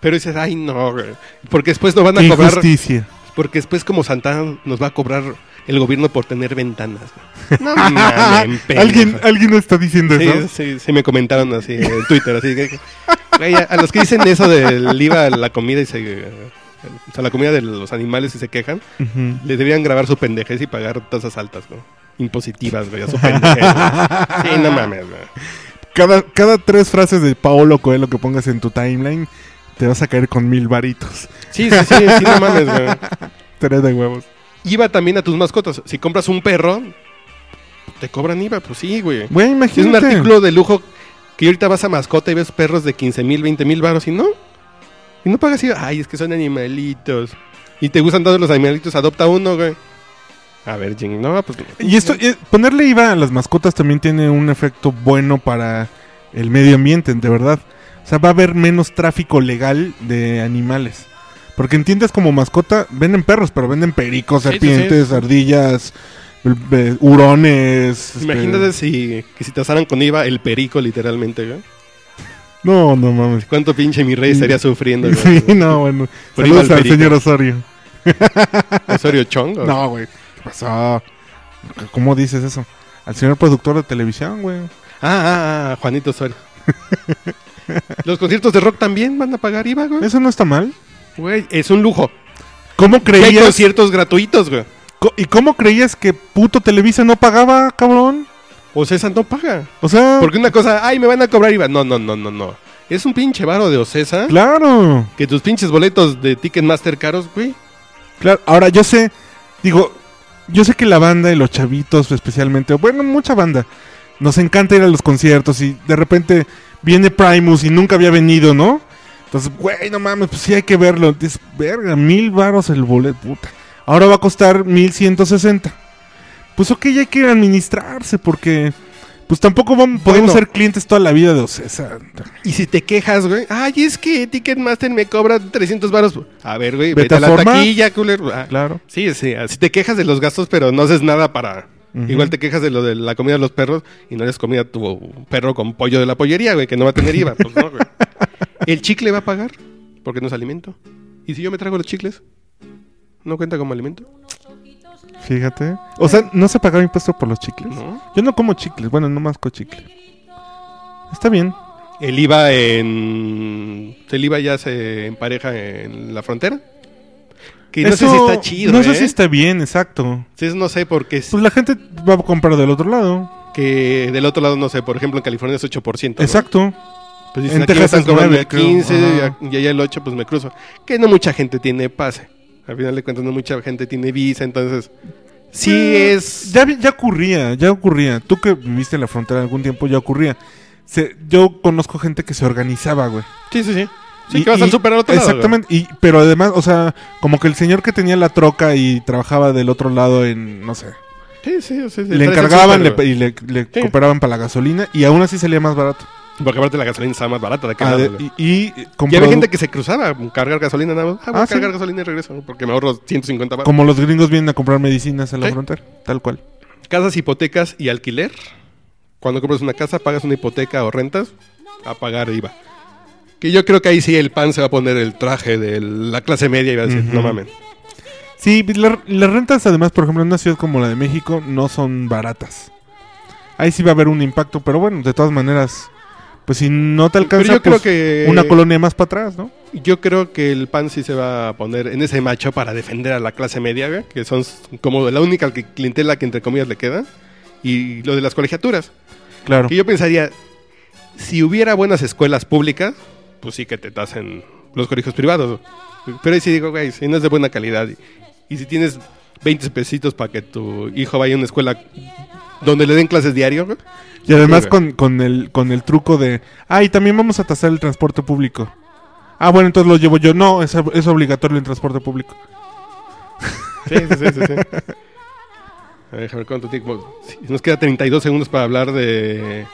S1: Pero dices, ay, no, güey. Porque después nos van
S2: ¡Qué
S1: a cobrar.
S2: injusticia!
S1: Porque después, como Santana, nos va a cobrar el gobierno por tener ventanas. güey. No mames, pendejo.
S2: ¿Alguien, alguien está diciendo
S1: Sí,
S2: eso.
S1: sí, sí, me comentaron así en Twitter. Así que, güey, a, a los que dicen eso del IVA a la comida y se. O sea, la comida de los animales y se quejan,
S2: Ujú.
S1: le debían grabar su pendejez y pagar tasas altas, ¿no? Impositivas, güey, a su pendejez. güey. Sí, no mames, güey.
S2: Cada, cada tres frases de Paolo Coelho que pongas en tu timeline, te vas a caer con mil varitos.
S1: Sí, sí, sí, sí, no mames, güey.
S2: Tres de huevos.
S1: IVA también a tus mascotas. Si compras un perro, te cobran IVA, pues sí, güey.
S2: Güey,
S1: Si
S2: imagínate.
S1: es un artículo de lujo que ahorita vas a mascota y ves perros de 15 mil, 20 mil baros y no. Y no pagas IVA. Ay, es que son animalitos. Y te gustan todos los animalitos, adopta uno, güey. A ver, Jing, no, pues.
S2: Y esto, eh, ponerle IVA a las mascotas también tiene un efecto bueno para el medio ambiente, de verdad. O sea, va a haber menos tráfico legal de animales. Porque en tiendas como mascota venden perros, pero venden pericos,
S1: Sí, sí, sí.
S2: serpientes, ardillas, eh, hurones. este-
S1: Imagínate si, que si te asaran con IVA el perico, literalmente, güey.
S2: No, no mames.
S1: ¿Cuánto pinche mi rey estaría sufriendo, güey?
S2: Mm. Sí, no, bueno.
S1: Por
S2: Saludos
S1: igual
S2: al
S1: perico. Ah.
S2: señor Osorio.
S1: Osorio Chong, güey.
S2: No, güey. ¿Qué pasó? ¿Cómo dices eso? Al señor productor de televisión, güey.
S1: Ah, ah, ah, Juanito Osorio. Los conciertos de rock también van a pagar IVA, güey.
S2: Eso no está mal.
S1: Güey, es un lujo.
S2: ¿Cómo
S1: Y hay
S2: creías?
S1: conciertos gratuitos, güey.
S2: co- ¿Y cómo creías que puto Televisa no pagaba, cabrón?
S1: O sea, esa no paga.
S2: O sea,
S1: Porque una cosa, ay, me van a cobrar IVA. No, no, no, no, no. Es un pinche varo de Ocesa.
S2: claro.
S1: Que tus pinches boletos de Ticketmaster caros, güey.
S2: Claro, ahora yo sé, digo, yo sé que la banda y los chavitos especialmente, bueno, mucha banda, nos encanta ir a los conciertos y de repente viene Primus y nunca había venido, ¿no? Entonces, güey, no mames, pues sí hay que verlo. Dices, verga, mil varos el boleto, puta. Ahora va a costar mil ciento sesenta. Pues ok, ya hay que administrarse porque... Pues tampoco vamos, podemos
S1: Bueno.
S2: ser clientes toda la vida de Ocesa.
S1: Y si te quejas, güey, ay, es que Ticketmaster me cobra 300 varos. A ver, güey,
S2: Vete
S1: vete,
S2: a
S1: a la
S2: formar.
S1: taquilla, culero. Ah,
S2: Claro.
S1: Sí, sí, así te quejas de los gastos, pero no haces nada para...
S2: Ujú.
S1: Igual te quejas de lo de la comida de los perros y no les comida a tu perro con pollo de la pollería, güey, que no va a tener IVA. Pues no, güey. El chicle va a pagar porque no es alimento. ¿Y si yo me traigo los chicles? ¿No cuenta como alimento?
S2: Fíjate. O sea, ¿no se pagaba impuesto por los chicles?
S1: No.
S2: Yo no como chicles, bueno, no masco chicle. Está bien.
S1: El IVA en... El IVA ya se empareja en la frontera. Que no sé
S2: Eso-
S1: si está chido,
S2: No sé
S1: ¿eh?
S2: si está bien, exacto.
S1: Sí, no sé, porque es
S2: Pues la gente va a comprar del otro lado.
S1: que del otro lado, no sé, por ejemplo, en California es 8%. ¿no?
S2: Exacto.
S1: Pues
S2: En
S1: dicen, aquí me
S2: Texas
S1: están
S2: es
S1: cobrando
S2: nueve,
S1: el 15
S2: creo. Ajá.
S1: y a- y allá el 8, pues me cruzo. Que no mucha gente tiene pase. Al final de cuentas, no mucha gente tiene visa, entonces... Sí
S2: Eh,
S1: es...
S2: Ya, vi- ya ocurría, ya ocurría. Tú que viviste en la frontera algún tiempo, ya ocurría. Se- yo conozco gente que se organizaba, güey.
S1: Sí, sí, sí. Sí,
S2: Y-
S1: que vas
S2: y-
S1: al super al otro lado, güey.
S2: Exactamente. Y, pero además, o sea, como que el señor que tenía la troca y trabajaba del otro lado en, no sé,
S1: Sí, sí, sí. sí,
S2: le
S1: traes el
S2: encargaban
S1: súper,
S2: le-
S1: güey.
S2: y le, le cooperaban para la gasolina y aún así salía más barato.
S1: Porque aparte la gasolina está más barata de acá.
S2: Ah, de- y, y con
S1: Ya había
S2: produ-
S1: gente que se cruzaba, cargar gasolina nada más. Ah, voy
S2: Ah,
S1: a cargar
S2: sí.
S1: gasolina y regreso, porque me ahorro 150 baros.
S2: Como los gringos vienen a comprar medicinas a la
S1: Sí.
S2: frontera, tal cual.
S1: Casas, hipotecas y alquiler. Cuando compras una casa, pagas una hipoteca o rentas, a pagar IVA. Que yo creo que ahí sí el pan se va a poner el traje de la clase media y va a decir,
S2: Ujú.
S1: no mamen.
S2: Sí, la- las rentas además, por ejemplo, en una ciudad como la de México no son baratas. Ahí sí va a haber un impacto, pero bueno, de todas maneras, pues si no te alcanza,
S1: Pero yo creo
S2: pues,
S1: que-
S2: una colonia más para atrás, ¿no?
S1: Yo creo que el pan sí se va a poner en ese macho para defender a la clase media, güey, que son como la única que- clientela que entre comillas le queda. Y lo de las colegiaturas.
S2: Claro.
S1: Que yo pensaría, si hubiera buenas escuelas públicas, pues sí que te tasen los colegios privados. Pero ahí sí digo, güey, si no es de buena calidad y, y si tienes 20 pesitos para que tu hijo vaya a una escuela donde le den clases diario, güey,
S2: Y además
S1: Sí, güey.
S2: con, con el, con el truco de, ay, también vamos a tasar el transporte público. Ah, bueno, entonces lo llevo yo. No, es, ob- es obligatorio el transporte público.
S1: Sí, sí, sí, sí, sí. A ver, déjame ver cuánto tiempo. Sí, nos queda 32 segundos para hablar de.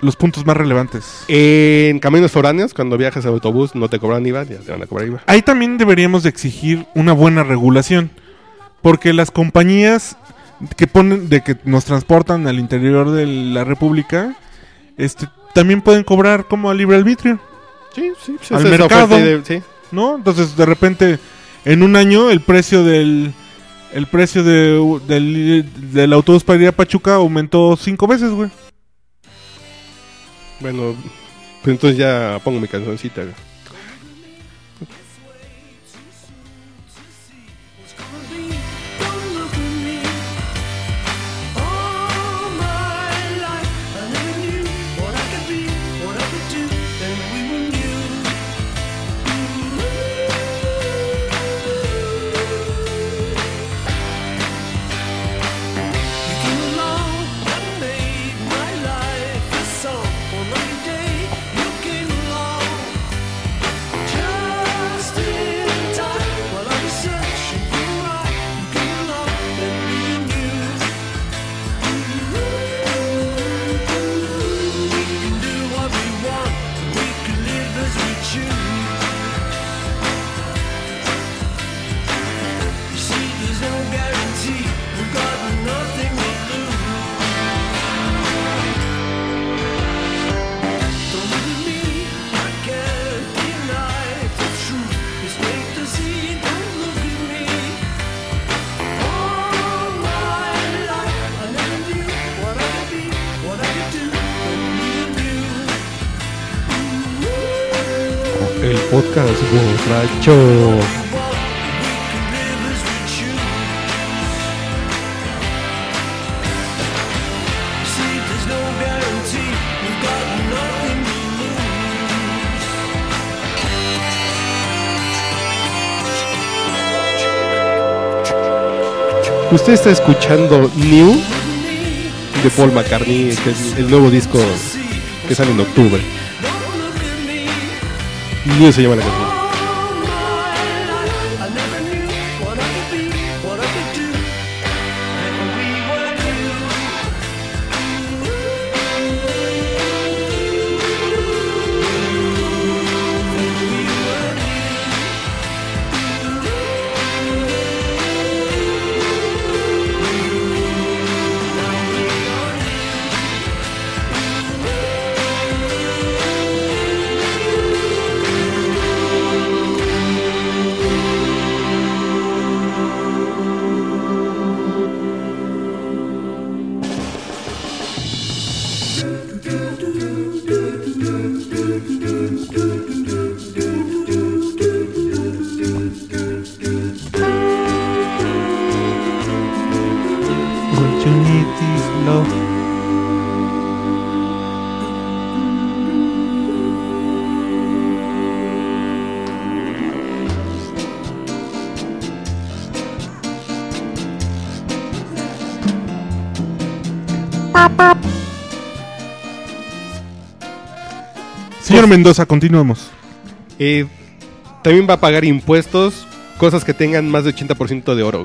S2: Los puntos más relevantes.
S1: En caminos foráneos, cuando viajas en autobús, no te cobran IVA, ya te van a cobrar IVA.
S2: Ahí también deberíamos de exigir una buena regulación. Porque las compañías que ponen, de que nos transportan al interior de la república, este, también pueden cobrar como a libre arbitrio,
S1: Sí, sí, sí.
S2: Al
S1: esa es la oferta
S2: mercado.
S1: y de- sí.
S2: ¿no? Entonces, de repente, en un año el precio del el precio de- del, del autobús para ir a Pachuca aumentó cinco veces, güey.
S1: Bueno, pues entonces ya pongo mi cancioncita. güey.
S4: Don't look at me. All my life I never knew what I could be, what I could do, and we were new. You came along and made my life a song. On every day you came along. see, don't look at me. All my life I never knew what I could be, what I could do, and me and you.
S1: El podcast borracho.
S4: What we could live as we choose. See, there's no guarantee. We've got nothing to lose.
S1: Usted está escuchando New de Paul McCartney, que es el nuevo disco que sale en octubre.
S4: Don't look at me.
S1: New se llama la canción.
S4: All my life, I never knew what I could be, what I could do, and we were new.
S2: Señor Mendoza, continuemos.
S1: Eh, también va a pagar impuestos, cosas que tengan más de 80% de oro.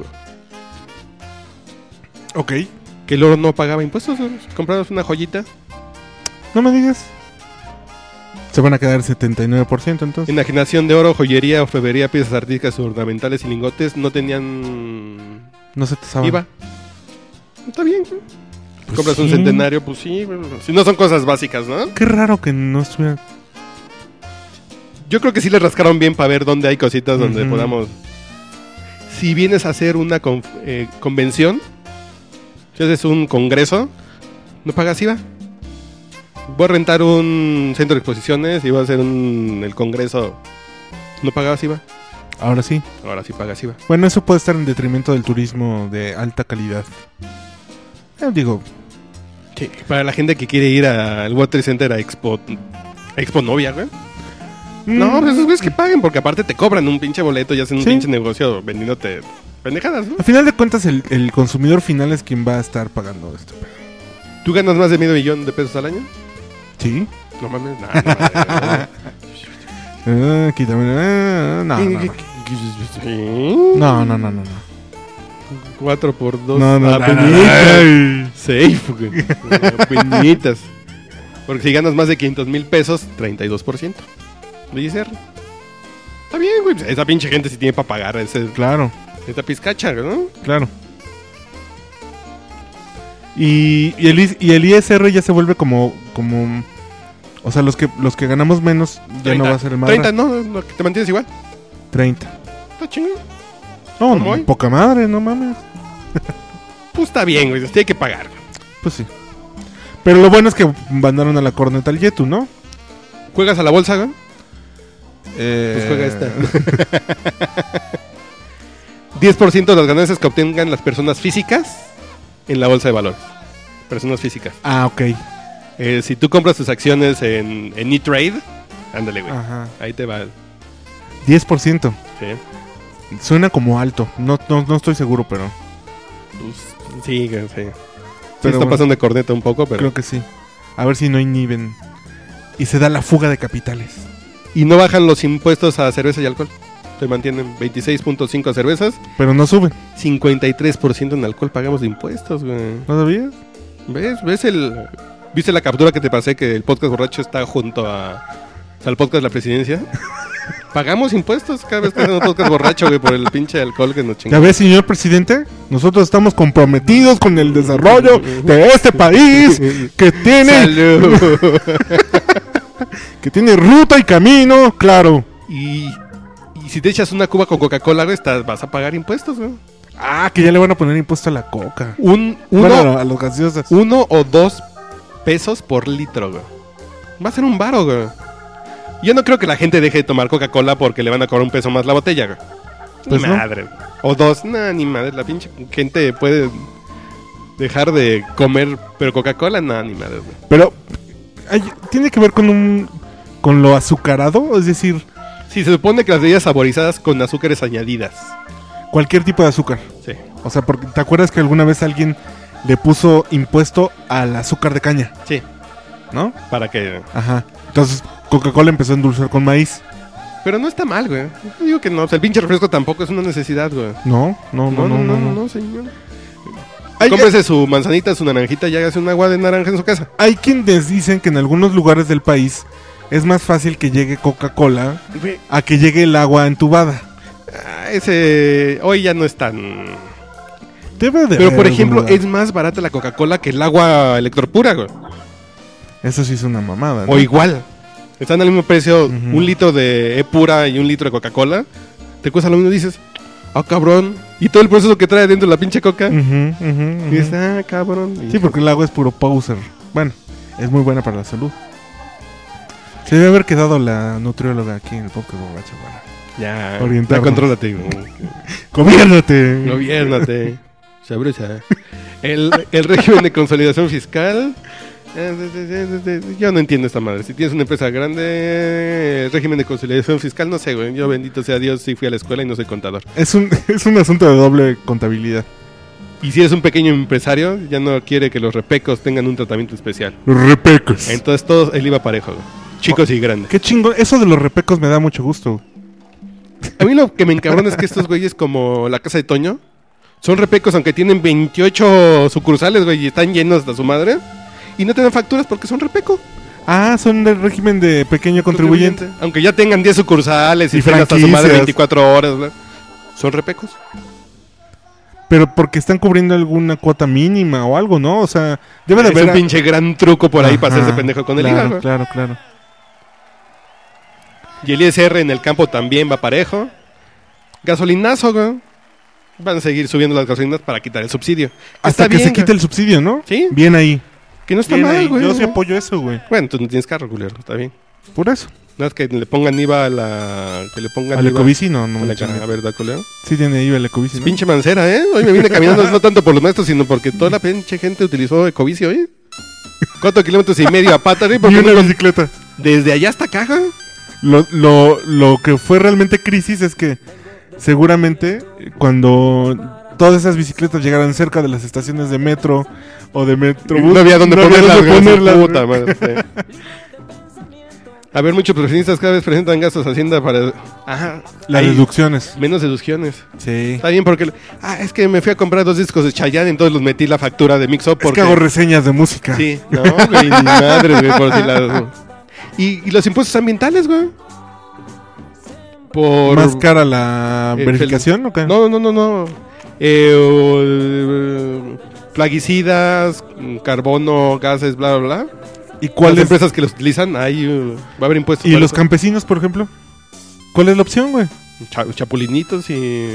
S1: güey.
S2: Ok.
S1: Que el oro no pagaba impuestos, güey. comprabas una joyita
S2: No me digas. Se van a quedar 79% entonces.
S1: Enajenación de oro, joyería, orfebrería, piezas artísticas, ornamentales y lingotes no tenían
S2: No se te sabe.
S1: IVA. Está bien. güey.
S2: Ah. Pues
S1: Compras un
S2: sí.
S1: centenario, pues sí. bueno, Si no son cosas básicas, ¿no?
S2: Qué raro que no estuviera.
S1: Yo creo que sí le rascaron bien para ver dónde hay cositas donde
S2: Ujú.
S1: podamos. Si vienes a hacer una conf- eh, convención, si haces un congreso, no pagas IVA. Voy a rentar un centro de exposiciones y voy a hacer un, el congreso. No pagabas IVA.
S2: Ahora sí.
S1: Ahora sí pagas IVA.
S2: Bueno, eso puede estar en detrimento del turismo de alta calidad. Eh, digo,
S1: Sí, para la gente que quiere ir al World Trade Center a Expo, a Expo Novia, güey. No,
S2: mm,
S1: pues esos güeyes que paguen, porque aparte te cobran un pinche boleto y hacen un
S2: Sí.
S1: pinche negocio vendiéndote pendejadas, ¿no?
S2: A final de cuentas, el, el consumidor final es quien va a estar pagando esto.
S1: ¿Tú ganas más de medio millón de pesos al año?
S2: ¿Sí?
S1: No mames, nah, no mames.
S2: Ah, quítame. ah, no, no, no.
S1: Sí.
S2: No, no, no, no, no.
S1: Cuatro por dos.
S2: No, no,
S1: Ah,
S2: no,
S1: puñetas. Safe, güey. Ah, puñetas. Porque si ganas más de 500 mil pesos, 32%. De ISR. Está bien, güey. Esa pinche gente sí tiene para pagar ese,
S2: Claro,
S1: esa pizcacha, ¿no?
S2: claro. Y, y el, I- y el ISR ya se vuelve como, como... O sea, los que, los que ganamos menos ya no va a ser el más
S1: 30, no, no, te mantienes igual.
S2: 30.
S1: Está chingón.
S2: No,
S1: ¿Cómo
S2: no,
S1: hoy?
S2: poca madre, no mames.
S1: Pues está bien, güey. se Tiene que pagar.
S2: Pues sí. Pero lo bueno es que mandaron a la corneta al Yetu, ¿no?
S1: ¿Juegas a la bolsa, güey? Pues
S2: Eh...
S1: juega esta. 10% de las ganancias que obtengan las personas físicas en la bolsa de valores. Personas físicas.
S2: Ah, ok.
S1: Eh, si tú compras tus acciones en, en E-Trade, ándale, güey.
S2: Ajá.
S1: Ahí te va.
S2: 10%.
S1: Sí,
S2: Suena como alto. No, no, no estoy seguro, pero
S1: Pues, sí, güey, sí. Sí
S2: Pero
S1: está
S2: bueno.
S1: pasando de corneta un poco, pero...
S2: creo que sí. A ver si no inhiben. Y se da la fuga de capitales.
S1: Y no bajan los impuestos a cerveza y alcohol. Se mantienen 26.5 a cervezas,
S2: Pero no suben.
S1: 53% en alcohol pagamos de impuestos, güey.
S2: ¿No sabías?
S1: ¿Ves? ¿Ves el... ¿Viste la captura que te pasé que el podcast borracho está junto a... al podcast La Presidencia? Pagamos impuestos cada vez que hacemos podcast borracho, güey, por el pinche alcohol que nos
S2: Ya
S1: chingamos.
S2: ves, señor presidente, nosotros estamos comprometidos con el desarrollo de este país que tiene,
S1: Salud.
S2: que tiene ruta y camino, claro.
S1: y, y si te echas una cuba con Coca-Cola, güey, estás- vas a pagar impuestos, güey.
S2: Ah, que ya le van a poner impuesto a la coca.
S1: Un, uno,
S2: Bueno, no, a los gaseosas.
S1: uno o dos pesos por litro, güey. Va a ser un varo, güey. Yo no creo que la gente deje de tomar Coca-Cola porque le van a cobrar un peso más la botella, güey.
S2: Pues no.
S1: madre. güey. O dos, no, ni madre. La pinche gente puede dejar de comer, pero Coca-Cola, no, ni madre, güey.
S2: Pero ay, tiene que ver con un con lo azucarado, es decir,
S1: Sí, se supone que las bebidas saborizadas con azúcares añadidas.
S2: cualquier tipo de azúcar.
S1: Sí.
S2: O sea, porque ¿te acuerdas que alguna vez alguien le puso impuesto al azúcar de caña,
S1: Sí,
S2: no?
S1: para que...
S2: Ajá. Entonces Coca-Cola empezó a endulzar con maíz.
S1: Pero no está mal, güey. Yo digo que no. O sea, el pinche refresco tampoco es una necesidad, güey.
S2: No, no, no, no, no. eh. no.
S1: señor.
S2: Hay,
S1: Cómprese su manzanita, su naranjita y hágase un agua de naranja en su casa.
S2: hay quienes dicen que en algunos lugares del país es más fácil que llegue Coca-Cola a que llegue el agua entubada.
S1: Ah, ese hoy ya no es tan.
S2: Debe de
S1: Pero
S2: haber
S1: por
S2: algún
S1: ejemplo,
S2: lugar.
S1: es más barata la Coca-Cola que el agua electropura, güey.
S2: eso sí es una mamada. ¿no?
S1: O igual. Están al mismo precio
S2: Ujú.
S1: un litro de E pura y un litro de Coca-Cola. Te cuesta lo mismo y dices, ah, cabrón. Y todo el proceso que trae dentro la pinche coca.
S2: Ujú, ujú,
S1: Y
S2: ujú.
S1: dices, ah, cabrón. Y-
S2: Sí, porque el agua es puro poser. Bueno, es muy buena para la salud. Se debe haber quedado la nutrióloga aquí en el podcast borracho. Bueno.
S1: Ya, ya
S2: Orientarnos.
S1: contrólate. güey.
S2: ¡Gobiérnate!
S1: Gobiérnate. Sabrosa. El, el régimen de consolidación fiscal. eh, Yo no entiendo esta madre. Si tienes una empresa grande, el régimen de consolidación fiscal, no sé, güey. Yo bendito sea Dios, sí fui a la escuela y no soy contador.
S2: Es un, es un asunto de doble contabilidad.
S1: Y si eres un pequeño empresario, ya no quiere que los repecos tengan un tratamiento especial.
S2: Los repecos.
S1: Entonces todos, él iba parejo, güey. Chicos y grandes.
S2: Qué chingón. Eso de los repecos me da mucho gusto.
S1: A mí lo que me encabrona es que estos güeyes como la casa de Toño son repecos aunque tienen 28 sucursales, güey, y están llenos hasta su madre. Y no te dan facturas porque son repeco.
S2: Ah, son del régimen de pequeño contribuyente.
S1: Aunque ya tengan 10 sucursales y,
S2: Y
S1: estén hasta su madre
S2: franquicias.
S1: 24 horas, güey. Son repecos.
S2: Pero porque están cubriendo alguna cuota mínima o algo, ¿no? O sea, debe de
S1: Es
S2: haber.
S1: un pinche gran truco por ahí para
S2: Ajá,
S1: hacerse pendejo con el
S2: claro,
S1: IVA, güey.
S2: Claro, claro.
S1: Y el ISR en el campo también va parejo. Gasolinazo, güey. Van a seguir subiendo las gasolinas para quitar el subsidio.
S2: Hasta
S1: Está
S2: que
S1: bien,
S2: se quite
S1: güey.
S2: el subsidio, ¿no?
S1: Sí.
S2: Bien ahí.
S1: Que no está
S2: Bien
S1: mal,
S2: ahí.
S1: güey.
S2: Yo sí apoyo eso, güey.
S1: Bueno, tú no tienes carro, culero. Está bien.
S2: Por eso.
S1: No es que le pongan IVA a la. Que le pongan
S2: Al
S1: IVA
S2: Ecobici no, no
S1: a la
S2: me chingue.
S1: cara, ¿verdad, culero?
S2: Sí tiene IVA el Ecobici,
S1: Es
S2: ¿no?
S1: Pinche mancera, ¿eh? Hoy me vine caminando no tanto por los maestros, sino porque toda la pinche gente utilizó Ecobici hoy. Cuatro kilómetros y medio a pata, güey,
S2: Y
S1: porque
S2: una
S1: no-
S2: bicicleta.
S1: desde allá hasta acá, güey.
S2: Lo, lo, lo que fue realmente crisis es que seguramente eh, cuando todas esas bicicletas llegaran cerca de las estaciones de metro o de metrobús...
S1: No había dónde ponerla, güey,
S2: ponerlas,
S1: su
S2: güey.
S1: puta madre, sí. A ver, muchos profesionistas cada vez presentan gastos a Hacienda para. Ajá.
S2: Las
S1: hay
S2: deducciones.
S1: Menos deducciones.
S2: Sí.
S1: Está bien porque. Ah, es que me fui a comprar dos discos de Chayanne, entonces los metí la factura de Mixup
S2: Es
S1: porque.
S2: que hago reseñas de música.
S1: Sí, no, güey, ni madres, güey, por si la- Y, y los impuestos ambientales, güey. Por.
S2: ¿Más cara la
S1: Eh,
S2: verificación o qué?
S1: No, no, no, no. Eh, o, eh, plaguicidas, mm, carbono, gases, bla, bla, bla.
S2: ¿Y
S1: ¿Cuáles
S2: cuál es-
S1: empresas que los utilizan? Ahí eh, va a haber impuestos.
S2: ¿Y
S1: para
S2: los
S1: eso.
S2: campesinos, por ejemplo? ¿Cuál es la opción, güey?
S1: Cha- chapulinitos y.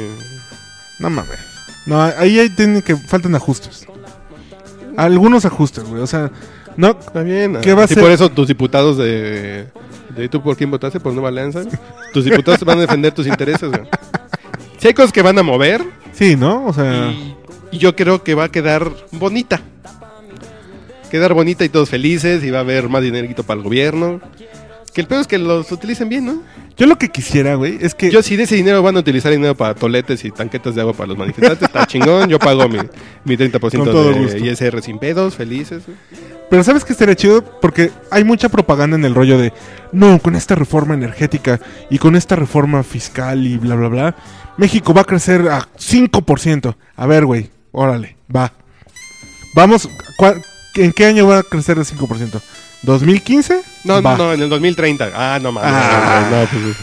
S2: No mames. No, ahí, ahí tienen que faltan ajustes. Algunos ajustes, güey. O sea, no,
S1: Está bien.
S2: ¿Qué va a
S1: así
S2: ser?
S1: por eso tus diputados de. de ¿Tú por quién votaste? Por Nueva Alianza. Tus diputados van a defender tus intereses, güey. Si hay cosas que van a mover,
S2: sí, ¿no? O sea,
S1: Y, Ah. y yo creo que va a quedar bonita. Quedar bonita y todos felices y va a haber más dinerito para el gobierno. Que el peor es que los utilicen bien, ¿no?
S2: yo lo que quisiera, güey, es que
S1: Yo si de ese dinero van a utilizar dinero para toletes y tanquetas de agua para los manifestantes, está chingón, yo pago mi, mi 30%
S2: Con todo
S1: de
S2: gusto.
S1: ISR sin pedos, felices.
S2: pero sabes que estaría chido porque hay mucha propaganda en el rollo de, no, con esta reforma energética y con esta reforma fiscal y bla bla bla, México va a crecer a 5%. A ver, güey, órale, va. Vamos, ¿cuál- ¿en qué año va a crecer el 5%? ¿2015?
S1: No,
S2: Va.
S1: no, en el 2030. Ah, no mames.
S2: Ah.
S1: No, pues,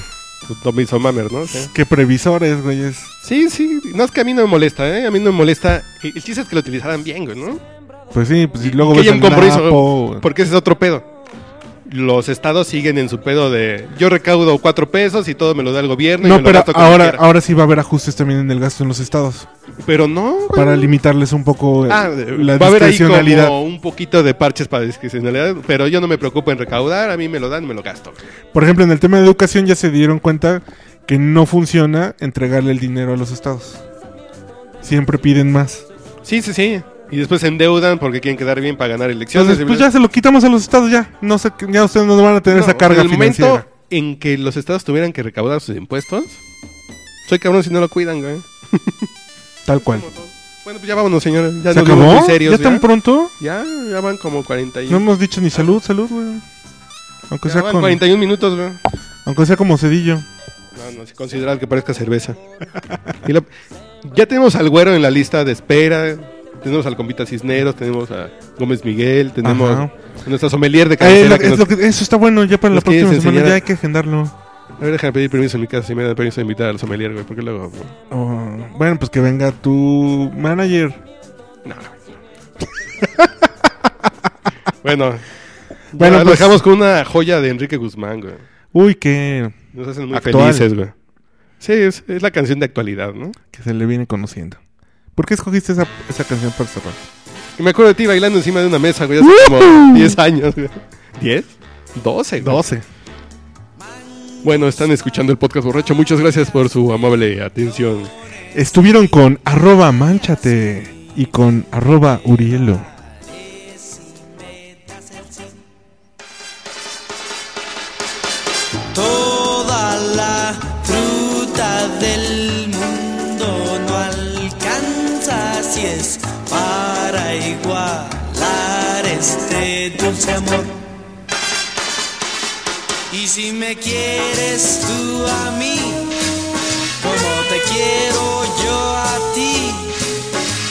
S1: pues, Tommy Sommer, ¿no? Sí.
S2: Qué previsores, güey, es...
S1: sí, sí, no es que a mí no me molesta, ¿eh? A mí no me molesta. El el chiste es que lo utilizaran bien, güey, ¿no?
S2: Pues sí, pues y luego
S1: Que
S2: ves
S1: haya un
S2: al
S1: compromiso,
S2: Napo,
S1: Porque ese es otro pedo. los estados siguen en su pedo de yo recaudo cuatro pesos y todo me lo da el gobierno. y
S2: No,
S1: me lo
S2: pero
S1: gasto como
S2: ahora,
S1: quiera".
S2: ahora sí va a haber ajustes también en el gasto en los estados.
S1: Pero no, güey.
S2: Para limitarles un poco eh,
S1: Pues, Ah,
S2: la
S1: va a haber ahí
S2: discrecionalidad.
S1: como un poquito de parches para discrecionalidad, pero yo no me preocupo en recaudar, a mí me lo dan, me lo gasto.
S2: Por ejemplo, en el tema de educación ya se dieron cuenta que no funciona entregarle el dinero a los estados. Siempre piden más.
S1: Sí, sí, sí. Y después se endeudan porque quieren quedar bien para ganar elecciones.
S2: Entonces, pues ya se lo quitamos a los estados ya. No sé, ya ustedes no van a tener
S1: No,
S2: esa carga
S1: en el
S2: financiera.
S1: momento en que los estados tuvieran que recaudar sus impuestos, soy cabrón si no lo cuidan, güey.
S2: Tal cual.
S1: Bueno, pues ya vámonos, señora. Ya
S2: ¿Se
S1: nos vimos
S2: acabó?
S1: muy serios,
S2: ¿Ya tan
S1: ¿verdad?
S2: pronto?
S1: ya, ya van como 40 y...
S2: No hemos dicho ni salud, salud, güey. Aunque,
S1: ya
S2: sea
S1: van
S2: con-
S1: 41 minutos, güey.
S2: aunque sea como cedillo.
S1: No, no, si consideras que parezca cerveza. Y la- Ya tenemos al güero en la lista de espera. Tenemos al compita Cisneros, tenemos a Gómez Miguel, tenemos
S2: Ajá.
S1: a nuestra sommelier de
S2: Ah, es
S1: cabecera.
S2: lo-
S1: que
S2: es
S1: nos-
S2: lo que- eso está bueno, ya para la
S1: Nos quieres
S2: próxima semana
S1: enseñar a-
S2: ya hay que agendarlo.
S1: A ver, déjame pedir permiso en mi casa si me dan permiso de invitar al sommelier, güey, porque luego...
S2: Oh, bueno, pues que venga tu manager.
S1: No. bueno,
S2: Bueno,
S1: bueno
S2: pues-
S1: dejamos con una joya de Enrique Guzmán, güey.
S2: Uy, que,
S1: Nos hacen muy
S2: Actual.
S1: felices, güey. Sí, es, es la canción de actualidad, ¿no?
S2: que se le viene conociendo. ¿Por qué escogiste esa, esa canción para cerrar?
S1: Y me acuerdo de ti bailando encima de una mesa, güey, hace como 10 años, güey. ¿10? 12, güey.
S2: 12.
S1: Bueno, están escuchando el podcast borracho. Muchas gracias por su amable atención.
S2: Estuvieron con arroba manchate y con arroba urielo.
S3: Toda la fruta del mundo no alcanza si es para igualar este dulce amor. Y si me quieres tú a mí, como te quiero yo a ti,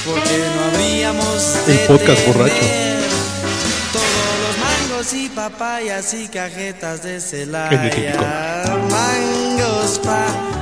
S3: porque no habríamos de
S1: El podcast borracho.
S3: tener todos los mangos y papayas y cajetas de
S1: Es de típico.
S3: Celaya. Mangos, papayas